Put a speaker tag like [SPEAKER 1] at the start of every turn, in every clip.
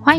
[SPEAKER 1] 欢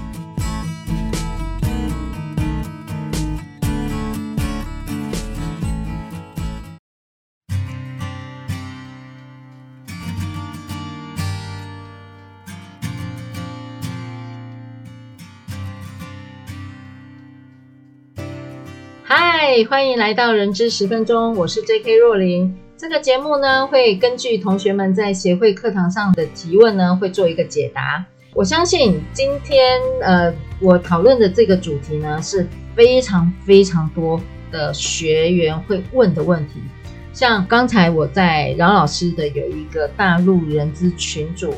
[SPEAKER 2] 嗨，欢迎来到人知十分钟，我是 J.K. 若琳。这个节目呢，会根据同学们在协会课堂上的提问呢，会做一个解答。我相信今天呃，我讨论的这个主题呢，是非常非常多的学员会问的问题。像刚才我在饶老师的有一个大陆人资群主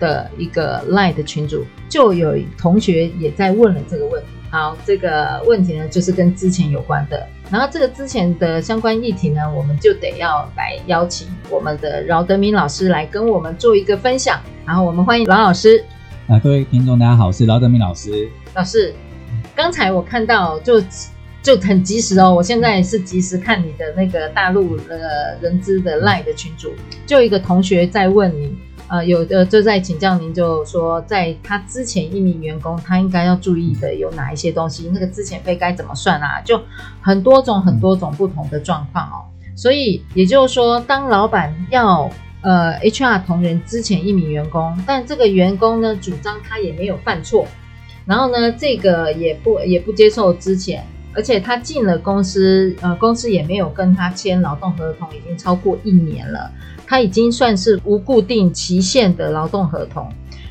[SPEAKER 2] 的一个 Line 的群主，就有同学也在问了这个问题。好，这个问题呢，就是跟之前有关的。然后这个之前的相关议题呢，我们就得要来邀请我们的饶德明老师来跟我们做一个分享。然后我们欢迎饶老师。
[SPEAKER 3] 啊，各位听众，大家好，我是劳德明老师。
[SPEAKER 2] 老师，刚才我看到就就很及时哦，我现在是及时看你的那个大陆呃人资的 LINE 的群主，就一个同学在问你，呃，有的就在请教您，就说在他之前一名员工，他应该要注意的有哪一些东西？那个之前费该怎么算啊？就很多种很多种不同的状况哦。所以也就是说，当老板要呃 HR 同仁之前一名员工，但这个员工呢主张他也没有犯错，然后呢这个也不也不接受之前，而且他进了公司，呃公司也没有跟他签劳动合同，已经超过一年了。他已经算是无固定期限的劳动合同，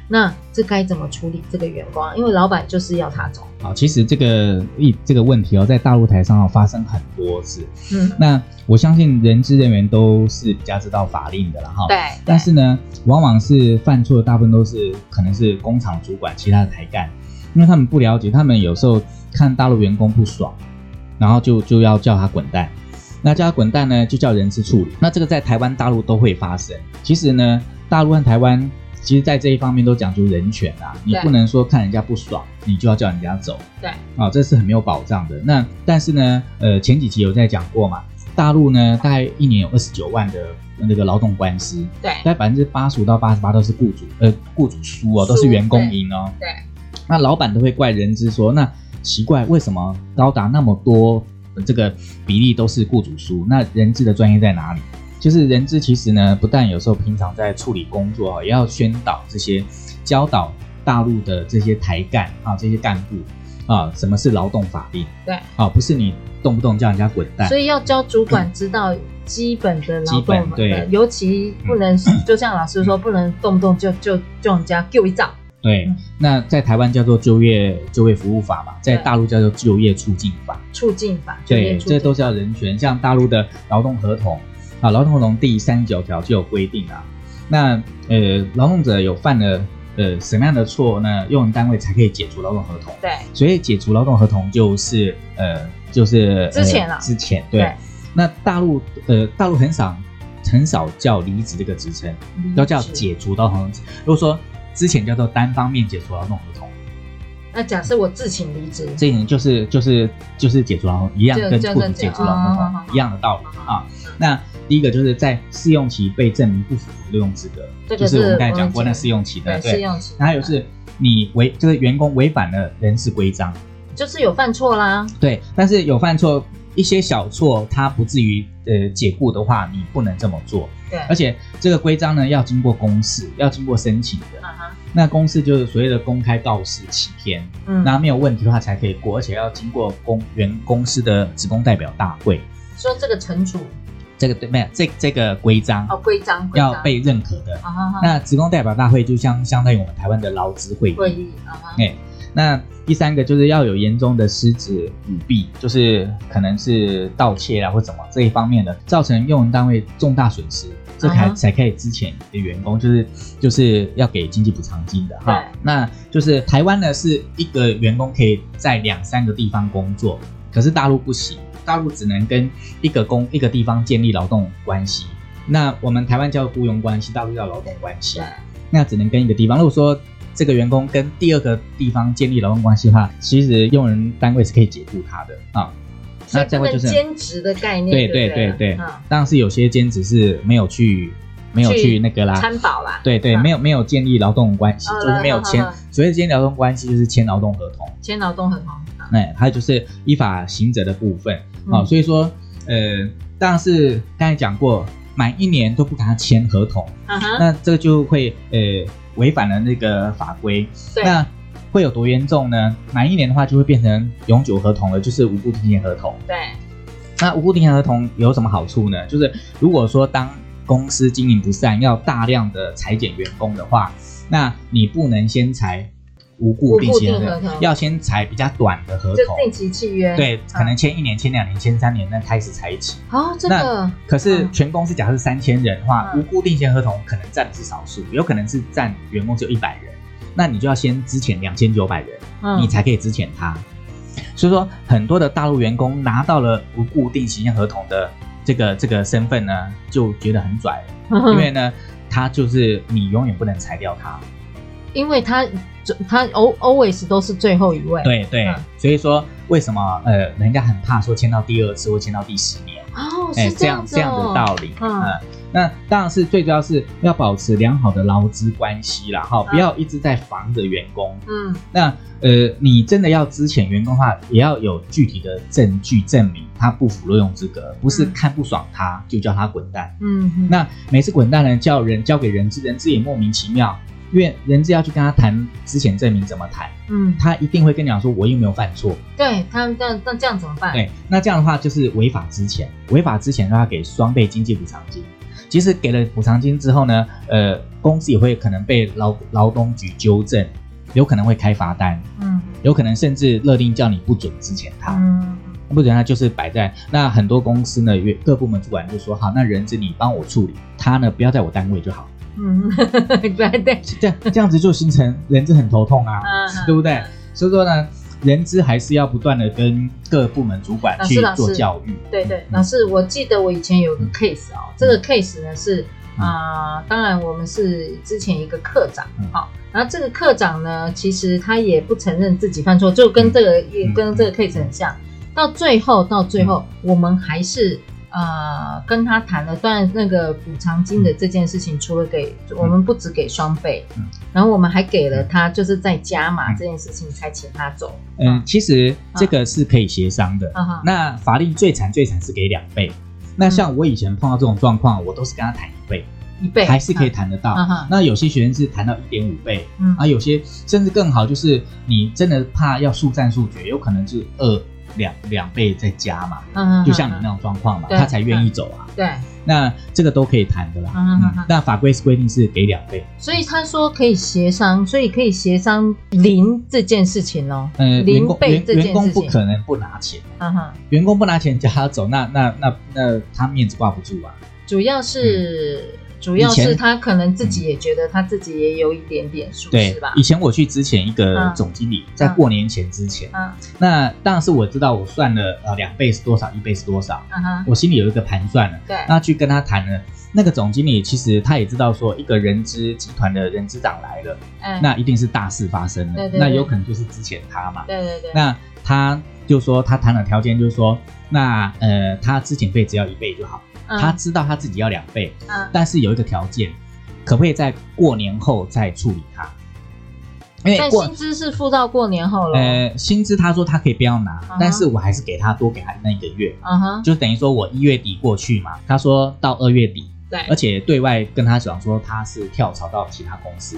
[SPEAKER 2] 那这该怎么处理这个员工啊？因为老板就是要他走，
[SPEAKER 3] 好，其实这个一这个问题哦，在大陆台上哦发生很多次。
[SPEAKER 2] 嗯，
[SPEAKER 3] 那我相信人资人员都是比较知道法令的了哈。
[SPEAKER 2] 对。
[SPEAKER 3] 但是呢，往往是犯错的大部分都是可能是工厂主管其他的台干，因为他们不了解，他们有时候看大陆员工不爽，然后就就要叫他滚蛋。那叫他滚蛋呢，就叫人事处理。那这个在台湾、大陆都会发生。其实呢，大陆和台湾其实在这一方面都讲究人权啊，你
[SPEAKER 2] 对
[SPEAKER 3] 不能说看人家不爽，你就要叫人家走。
[SPEAKER 2] 对
[SPEAKER 3] 啊、这是很没有保障的。那但是呢，呃，前几集有在讲过嘛，大陆呢大概一年有二十九万的那个劳动官司，
[SPEAKER 2] 对
[SPEAKER 3] 大概百分之八十五到八十八都是雇主呃雇主输哦，都是
[SPEAKER 2] 输
[SPEAKER 3] 员工
[SPEAKER 2] 对
[SPEAKER 3] 赢哦。
[SPEAKER 2] 对
[SPEAKER 3] 那老板都会怪人资说，那奇怪，为什么高达那么多呃这个比例都是雇主输？那人资的专业在哪里？就是人资其实呢，不但有时候平常在处理工作哦，也要宣导这些、教导大陆的这些台干啊、这些干部啊，什么是劳动法令？
[SPEAKER 2] 对
[SPEAKER 3] 啊，不是你动不动叫人家滚蛋
[SPEAKER 2] 所。以要教主管知道基本的劳
[SPEAKER 3] 基本
[SPEAKER 2] 动法，
[SPEAKER 3] 对嗯
[SPEAKER 2] 呃尤其不能、就像老师说，不能动不动就就就人家丢一照，
[SPEAKER 3] 对
[SPEAKER 2] 嗯，
[SPEAKER 3] 那在台湾叫做就业就业服务法嘛，在
[SPEAKER 2] 对
[SPEAKER 3] 大陆叫做就业促进法。
[SPEAKER 2] 促进法，
[SPEAKER 3] 对，
[SPEAKER 2] 就业
[SPEAKER 3] 这
[SPEAKER 2] 促进
[SPEAKER 3] 都叫人权。像大陆的劳动合同啊，劳动合同第三十九条就有规定啊。那呃，劳动者有犯了呃什么样的错呢？用人单位才可以解除劳动合同。
[SPEAKER 2] 对
[SPEAKER 3] 所以解除劳动合同就是呃就是
[SPEAKER 2] 之前啊
[SPEAKER 3] 呃、之前对。那大陆呃大陆很少很少叫离职这个职称，都叫。
[SPEAKER 2] 理解
[SPEAKER 3] 解除劳动合同。如果说之前叫做单方面解除劳动合同，
[SPEAKER 2] 那假设我自请离职，
[SPEAKER 3] 这一点就是就是就是解除劳动一样
[SPEAKER 2] 就
[SPEAKER 3] 跟
[SPEAKER 2] 就
[SPEAKER 3] 雇
[SPEAKER 2] 跟
[SPEAKER 3] 主
[SPEAKER 2] 解
[SPEAKER 3] 解除劳动
[SPEAKER 2] 哦
[SPEAKER 3] 合同一样的道理啊。那第一个就是在试用期被证明不符合六用资格，
[SPEAKER 2] 这个
[SPEAKER 3] 就是是我们刚才讲
[SPEAKER 2] 我
[SPEAKER 3] 过
[SPEAKER 2] 们
[SPEAKER 3] 那试用期的
[SPEAKER 2] 对试
[SPEAKER 3] 对。
[SPEAKER 2] 用期，
[SPEAKER 3] 还有就是你违就是员工违反了人事规章，
[SPEAKER 2] 就是有犯错啦，
[SPEAKER 3] 对，但是有犯错一些小错，他不至于呃解雇的话，你不能这么做。
[SPEAKER 2] 对，
[SPEAKER 3] 而且这个规章呢要经过公示，要经过申请的。
[SPEAKER 2] 啊哈
[SPEAKER 3] 那公示就是所谓的公开告示七天，
[SPEAKER 2] 嗯，
[SPEAKER 3] 那没有问题的话才可以过，而且要经过公原公司的职工代表大会，
[SPEAKER 2] 说这个惩处
[SPEAKER 3] 这个对没有这这个规章
[SPEAKER 2] 哦，规章规
[SPEAKER 3] 要
[SPEAKER 2] 章
[SPEAKER 3] 被认可的。
[SPEAKER 2] 啊哈哈
[SPEAKER 3] 那职工代表大会就相相当于我们台湾的劳资会议。
[SPEAKER 2] 会议啊哈，
[SPEAKER 3] 哎，那第三个就是要有严重的失职舞弊，就是可能是盗窃啊或怎么这一方面的，造成用人单位重大损失，这才、
[SPEAKER 2] 啊哈
[SPEAKER 3] 才可以之前的员工就是就是要给经济补偿金的哈
[SPEAKER 2] 对。
[SPEAKER 3] 那就是台湾呢是一个员工可以在两三个地方工作，可是大陆不行，大陆只能跟一个工一个地方建立劳动关系。那我们台湾叫雇佣关系，大陆叫劳动关系
[SPEAKER 2] 对。
[SPEAKER 3] 那只能跟一个地方。如果说这个员工跟第二个地方建立劳动关系的话，其实用人单位是可以解雇他的啊。
[SPEAKER 2] 所
[SPEAKER 3] 那
[SPEAKER 2] 以
[SPEAKER 3] 再
[SPEAKER 2] 他
[SPEAKER 3] 会
[SPEAKER 2] 们
[SPEAKER 3] 就是，
[SPEAKER 2] 兼职的概念，
[SPEAKER 3] 对
[SPEAKER 2] 对
[SPEAKER 3] 对对
[SPEAKER 2] 了
[SPEAKER 3] 对
[SPEAKER 2] 嗯，
[SPEAKER 3] 当然是有些兼职是没有去没有去那个啦，
[SPEAKER 2] 参保啦，
[SPEAKER 3] 对对，
[SPEAKER 2] 嗯
[SPEAKER 3] 没有没有建立劳动关系，
[SPEAKER 2] 哦
[SPEAKER 3] 就是没有签
[SPEAKER 2] 好好好，
[SPEAKER 3] 所谓的建立劳动关系就是签劳动合同。
[SPEAKER 2] 签劳动合同，嗯
[SPEAKER 3] 哎，还有就是依法行责的部分啊、
[SPEAKER 2] 嗯
[SPEAKER 3] 所以说，呃，当然是刚才讲过，满一年都不给他签合同，
[SPEAKER 2] 嗯哼，
[SPEAKER 3] 那这个就会呃违反了那个法规。
[SPEAKER 2] 对，
[SPEAKER 3] 那会有多严重呢？满一年的话，就会变成永久合同了，就是无固定性合同。
[SPEAKER 2] 对，
[SPEAKER 3] 那无固定性合同有什么好处呢？就是如果说当公司经营不善，要大量的裁减员工的话，那你不能先裁无固定性
[SPEAKER 2] 无固
[SPEAKER 3] 合
[SPEAKER 2] 定合
[SPEAKER 3] 同
[SPEAKER 2] 同，
[SPEAKER 3] 要先裁比较短的合
[SPEAKER 2] 就
[SPEAKER 3] 同。
[SPEAKER 2] 定期契约，，
[SPEAKER 3] 对，可能签一年、签两年、签三年，那开始才起。
[SPEAKER 2] 哦，这个
[SPEAKER 3] 可是
[SPEAKER 2] 嗯
[SPEAKER 3] 全公司假设三千人的话，
[SPEAKER 2] 嗯
[SPEAKER 3] 无固定性合同可能占的是少数，有可能是占员工只有一百人，那你就要先支遣两千九百人，
[SPEAKER 2] 嗯
[SPEAKER 3] 你才可以支遣他。所以说，很多的大陆员工拿到了无固定性合同的这个这个身份呢，就觉得很拽了，
[SPEAKER 2] 嗯
[SPEAKER 3] 因为呢，他就是你永远不能裁掉他。
[SPEAKER 2] 因为他他 al- always 都是最后一位，
[SPEAKER 3] 对对
[SPEAKER 2] 嗯，
[SPEAKER 3] 所以说为什么呃，人家很怕说签到第二次或签到第十年。
[SPEAKER 2] 哦，
[SPEAKER 3] 哎，
[SPEAKER 2] 是
[SPEAKER 3] 这样
[SPEAKER 2] 子哦
[SPEAKER 3] 这样的道理，
[SPEAKER 2] 嗯
[SPEAKER 3] 嗯。那当然是最主要是要保持良好的劳资关系啦，哈，不要一直在防着员工。
[SPEAKER 2] 嗯，
[SPEAKER 3] 那呃，你真的要支遣员工的话，也要有具体的证据证明他不符录用资格，不是
[SPEAKER 2] 嗯
[SPEAKER 3] 看不爽他就叫他滚蛋。
[SPEAKER 2] 嗯嗯，
[SPEAKER 3] 那每次滚蛋呢，叫人交给人资，人资也莫名其妙，因为人资要去跟他谈之前证明怎么谈，
[SPEAKER 2] 嗯，
[SPEAKER 3] 他一定会跟你讲说我又没有犯错，
[SPEAKER 2] 对他们那那这样怎么办？
[SPEAKER 3] 对，那这样的话就是违法之前，违法之前让他给双倍经济补偿金。其实给了补偿金之后呢，呃，公司也会可能被劳劳动局纠正，有可能会开罚单，
[SPEAKER 2] 嗯
[SPEAKER 3] 有可能甚至勒令叫你不准之前他，
[SPEAKER 2] 嗯
[SPEAKER 3] 不准他就是摆在那很多公司呢，约各部门主管就说好，那人资你帮我处理，他呢不要在我单位就好，
[SPEAKER 2] 嗯， 对对，
[SPEAKER 3] 这样这样子就形成人资很头痛啊，
[SPEAKER 2] 嗯
[SPEAKER 3] 对不对？所以说呢，人资还是要不断的跟各部门主管
[SPEAKER 2] 老师
[SPEAKER 3] 去
[SPEAKER 2] 老
[SPEAKER 3] 做
[SPEAKER 2] 师
[SPEAKER 3] 教育，
[SPEAKER 2] 对对，
[SPEAKER 3] 嗯
[SPEAKER 2] 老师，我记得我以前有个
[SPEAKER 3] 嗯
[SPEAKER 2] case 哦，这个 case 呢是啊、当然我们是之前一个课长
[SPEAKER 3] 嗯
[SPEAKER 2] 好、然后这个课长呢，其实他也不承认自己犯错，就跟这个、也
[SPEAKER 3] 嗯
[SPEAKER 2] 跟这个 case 很像。到最后，到最后，我们还是呃跟他谈了，但那个补偿金的这件事情，除了给我们不只给双倍，
[SPEAKER 3] 嗯
[SPEAKER 2] 然后我们还给了他，就是在加码
[SPEAKER 3] 嗯
[SPEAKER 2] 这件事情才请他走。啊
[SPEAKER 3] 嗯，其实这个是可以协商的。
[SPEAKER 2] 哈哈，
[SPEAKER 3] 那法令最惨最惨是给两倍，
[SPEAKER 2] 嗯
[SPEAKER 3] 那像我以前碰到这种状况，我都是跟他谈一倍，
[SPEAKER 2] 一倍
[SPEAKER 3] 还是可以，谈得到
[SPEAKER 2] 嗯哼。
[SPEAKER 3] 那有些学生是谈到一点五倍，
[SPEAKER 2] 嗯
[SPEAKER 3] 啊，有些甚至更好，就是你真的怕要速战速决，有可能是二两两倍再加嘛，
[SPEAKER 2] 嗯，
[SPEAKER 3] 就像你那种状况嘛，
[SPEAKER 2] 对
[SPEAKER 3] 他才愿意走啊。
[SPEAKER 2] 对。
[SPEAKER 3] 那这个都可以谈的啦。
[SPEAKER 2] 嗯哼哼
[SPEAKER 3] 嗯那法规是规定是给两倍，
[SPEAKER 2] 所以他说可以协商，所以可以协商零这件事情哦，
[SPEAKER 3] 呃，员
[SPEAKER 2] 零
[SPEAKER 3] 工
[SPEAKER 2] 倍
[SPEAKER 3] 员
[SPEAKER 2] 这件事情。
[SPEAKER 3] 员工不可能不拿钱。
[SPEAKER 2] 哈哈，
[SPEAKER 3] 员工不拿钱叫他走，那那那那他面子挂不住啊。
[SPEAKER 2] 主要是、主要
[SPEAKER 3] 嗯以
[SPEAKER 2] 是
[SPEAKER 3] 前
[SPEAKER 2] 他可能自己也觉得他自己也有一点点疏失吧
[SPEAKER 3] 以。前我去之前一个
[SPEAKER 2] 嗯
[SPEAKER 3] 总经理，在过年前之前，
[SPEAKER 2] 嗯
[SPEAKER 3] 那当然是我知道我算了呃两倍是多少，一倍是多少，
[SPEAKER 2] 啊哈，
[SPEAKER 3] 我心里有一个盘算了。
[SPEAKER 2] 对，
[SPEAKER 3] 那去跟他谈了，那个总经理其实他也知道说，一个人资集团的人资长来了，
[SPEAKER 2] 哎，
[SPEAKER 3] 那一定是大事发生了，
[SPEAKER 2] 对对对
[SPEAKER 3] 那有可能就是之前他嘛。
[SPEAKER 2] 对对对，
[SPEAKER 3] 那他就说他谈了条件，就是说那呃他之前费只要一倍就好，
[SPEAKER 2] 嗯
[SPEAKER 3] 他知道他自己要两倍，
[SPEAKER 2] 嗯
[SPEAKER 3] 但是有一个条件，可不可以在过年后再处理它？因为
[SPEAKER 2] 但
[SPEAKER 3] 过
[SPEAKER 2] 薪资是嗯付到过年后了。
[SPEAKER 3] 呃薪资他说他可以不要拿，
[SPEAKER 2] 哼
[SPEAKER 3] 但是我还是给他多给他那一个月，
[SPEAKER 2] 嗯哼，
[SPEAKER 3] 就等于说我一月底过去嘛，他说到二月底，而
[SPEAKER 2] 对，
[SPEAKER 3] 且对外跟他讲说他是跳槽到其他公司，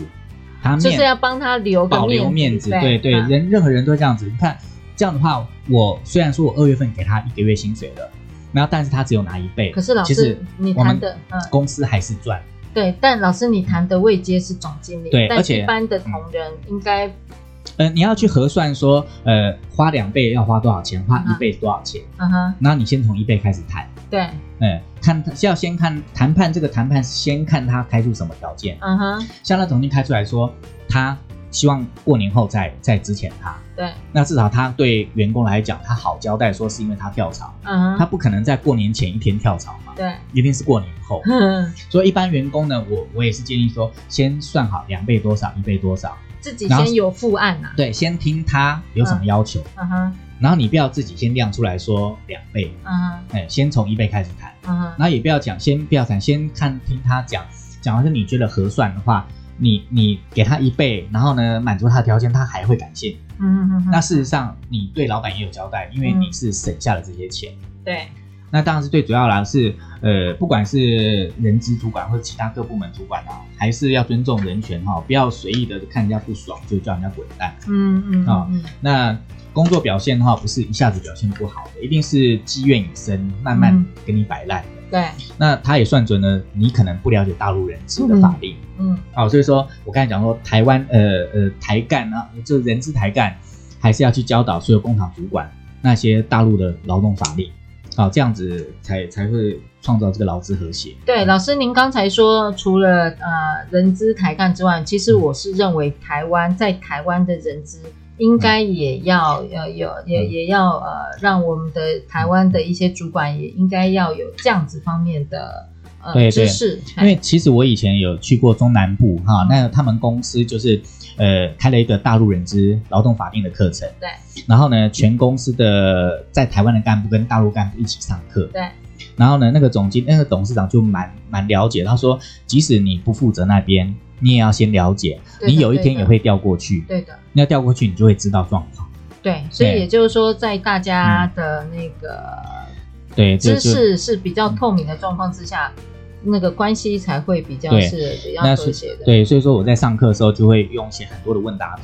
[SPEAKER 3] 他
[SPEAKER 2] 就是
[SPEAKER 3] 面
[SPEAKER 2] 要帮他留个
[SPEAKER 3] 保留面
[SPEAKER 2] 子，
[SPEAKER 3] 子，对对，
[SPEAKER 2] 嗯
[SPEAKER 3] 人任何人都这样子。你看这样的话，我虽然说我二月份给他一个月薪水了，然后但是他只有拿一倍，
[SPEAKER 2] 可是老
[SPEAKER 3] 其
[SPEAKER 2] 师
[SPEAKER 3] 实，
[SPEAKER 2] 你
[SPEAKER 3] 我
[SPEAKER 2] 谈
[SPEAKER 3] 们
[SPEAKER 2] 的，嗯，
[SPEAKER 3] 公司还是赚。
[SPEAKER 2] 对，但老师你谈的位阶是总经理，
[SPEAKER 3] 对
[SPEAKER 2] 但
[SPEAKER 3] 而且
[SPEAKER 2] 一般的同仁应该嗯
[SPEAKER 3] 呃，你要去核算说，呃，花两倍要花多少钱，花一倍多少钱，
[SPEAKER 2] 嗯哼，
[SPEAKER 3] 然后你先从一倍开始谈，
[SPEAKER 2] 对，
[SPEAKER 3] 呃，看是要先看谈判这个谈判是先看他开出什么条件，
[SPEAKER 2] 嗯哼，
[SPEAKER 3] 像那总经理开出来说他希望过年后再再之前他。
[SPEAKER 2] 对，
[SPEAKER 3] 那至少他对员工来讲，他好交代说是因为他跳槽，
[SPEAKER 2] 嗯
[SPEAKER 3] 他
[SPEAKER 2] 哼，
[SPEAKER 3] 不可能在过年前一天跳槽嘛，
[SPEAKER 2] 对，
[SPEAKER 3] 一定是过年后。
[SPEAKER 2] 嗯
[SPEAKER 3] 所以一般员工呢，我我也是建议说，先算好两倍多少，一倍多少，
[SPEAKER 2] 自己
[SPEAKER 3] 然后
[SPEAKER 2] 先有负案呐、
[SPEAKER 3] 对，先听他有什么要求，
[SPEAKER 2] 嗯哼，
[SPEAKER 3] 然后你不要自己先亮出来说两倍，
[SPEAKER 2] 嗯哼，
[SPEAKER 3] 哎，先从一倍开始谈，
[SPEAKER 2] 嗯哼，
[SPEAKER 3] 然后也不要讲，先不要谈，先看听他讲，讲完是你觉得合算的话。你你给他一倍，然后呢满足他的条件，他还会感谢你。
[SPEAKER 2] 嗯哼，
[SPEAKER 3] 那事实上，你对老板也有交代，因为
[SPEAKER 2] 嗯
[SPEAKER 3] 你是省下了这些钱。
[SPEAKER 2] 对，
[SPEAKER 3] 那当然是最主要啦，是呃，不管是人资主管或者其他各部门主管啊，还是要尊重人权哈、不要随意的看人家不爽就叫人家滚蛋。
[SPEAKER 2] 嗯嗯
[SPEAKER 3] 啊
[SPEAKER 2] 嗯
[SPEAKER 3] 那工作表现的话，不是一下子表现不好的，一定是积怨已深，慢慢
[SPEAKER 2] 嗯
[SPEAKER 3] 给你摆烂的。
[SPEAKER 2] 嗯，对，
[SPEAKER 3] 那他也算准了，你可能不了解大陆人资的法令。
[SPEAKER 2] 嗯
[SPEAKER 3] 哦，所以说我刚才讲说，台湾呃呃台干啊，就是人资台干，还是要去教导所有工厂主管那些大陆的劳动法令，好、这样子才才会创造这个劳资和谐。
[SPEAKER 2] 对，老师，您刚才说除了呃人资台干之外，其实我是认为台湾在台湾的人资应该也要、呃有也
[SPEAKER 3] 嗯
[SPEAKER 2] 也要呃让我们的台湾的一些主管也应该要有这样子方面的呃
[SPEAKER 3] 对对
[SPEAKER 2] 知识，
[SPEAKER 3] 因为其实我以前有去过中南部哈、
[SPEAKER 2] 嗯
[SPEAKER 3] 那他们公司就是呃开了一个大陆人资劳动法令的课程，
[SPEAKER 2] 对，
[SPEAKER 3] 然后呢，全公司的在台湾的干部跟大陆干部一起上课，
[SPEAKER 2] 对，
[SPEAKER 3] 然后呢，那个总经那个董事长就蛮蛮了解，他说即使你不负责那边，你也要先了解，
[SPEAKER 2] 对的
[SPEAKER 3] 你有一天也
[SPEAKER 2] 对的
[SPEAKER 3] 会调过去，
[SPEAKER 2] 对的。
[SPEAKER 3] 那调过去你就会知道状况，
[SPEAKER 2] 对，所以
[SPEAKER 3] 对嗯
[SPEAKER 2] 也就是说，在大家的那个
[SPEAKER 3] 对，这
[SPEAKER 2] 知
[SPEAKER 3] 就
[SPEAKER 2] 识是比较透明的状况之下，那个关系才会比较
[SPEAKER 3] 对
[SPEAKER 2] 是比较
[SPEAKER 3] 那
[SPEAKER 2] 和谐的。
[SPEAKER 3] 对，所以说我在上课的时候就会用一些很多的问答题，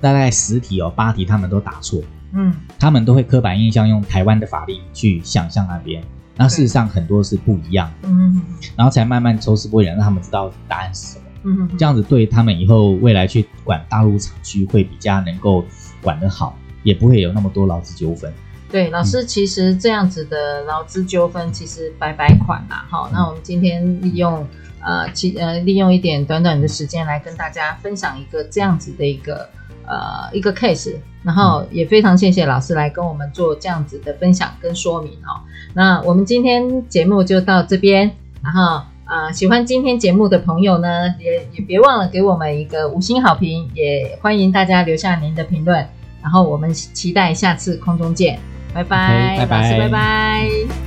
[SPEAKER 3] 大概十题哦，八题他们都答错。
[SPEAKER 2] 嗯，
[SPEAKER 3] 他们都会刻板印象用台湾的法律去想象那边，那事实上很多是不一样的，
[SPEAKER 2] 嗯
[SPEAKER 3] 然后才慢慢抽丝剥茧，让他们知道答案是什么。
[SPEAKER 2] 嗯嗯，
[SPEAKER 3] 这样子对他们以后未来去管大陆厂区会比较能够管得好，也不会有那么多劳资纠纷。
[SPEAKER 2] 对，老
[SPEAKER 3] 嗯
[SPEAKER 2] 师，其实这样子的劳资纠纷其实百百款啦，哈。那我们今天利用呃，其呃，利用一点短短的时间来跟大家分享一个这样子的一个呃一个 case，然
[SPEAKER 3] 嗯
[SPEAKER 2] 后也非常谢谢老师来跟我们做这样子的分享跟说明哦。那我们今天节目就到这边，然后呃，喜欢今天节目的朋友呢，也也别忘了给我们一个五星好评，也欢迎大家留下您的评论，然后我们期待下次空中见，拜拜，
[SPEAKER 3] OK，拜拜
[SPEAKER 2] 老师拜拜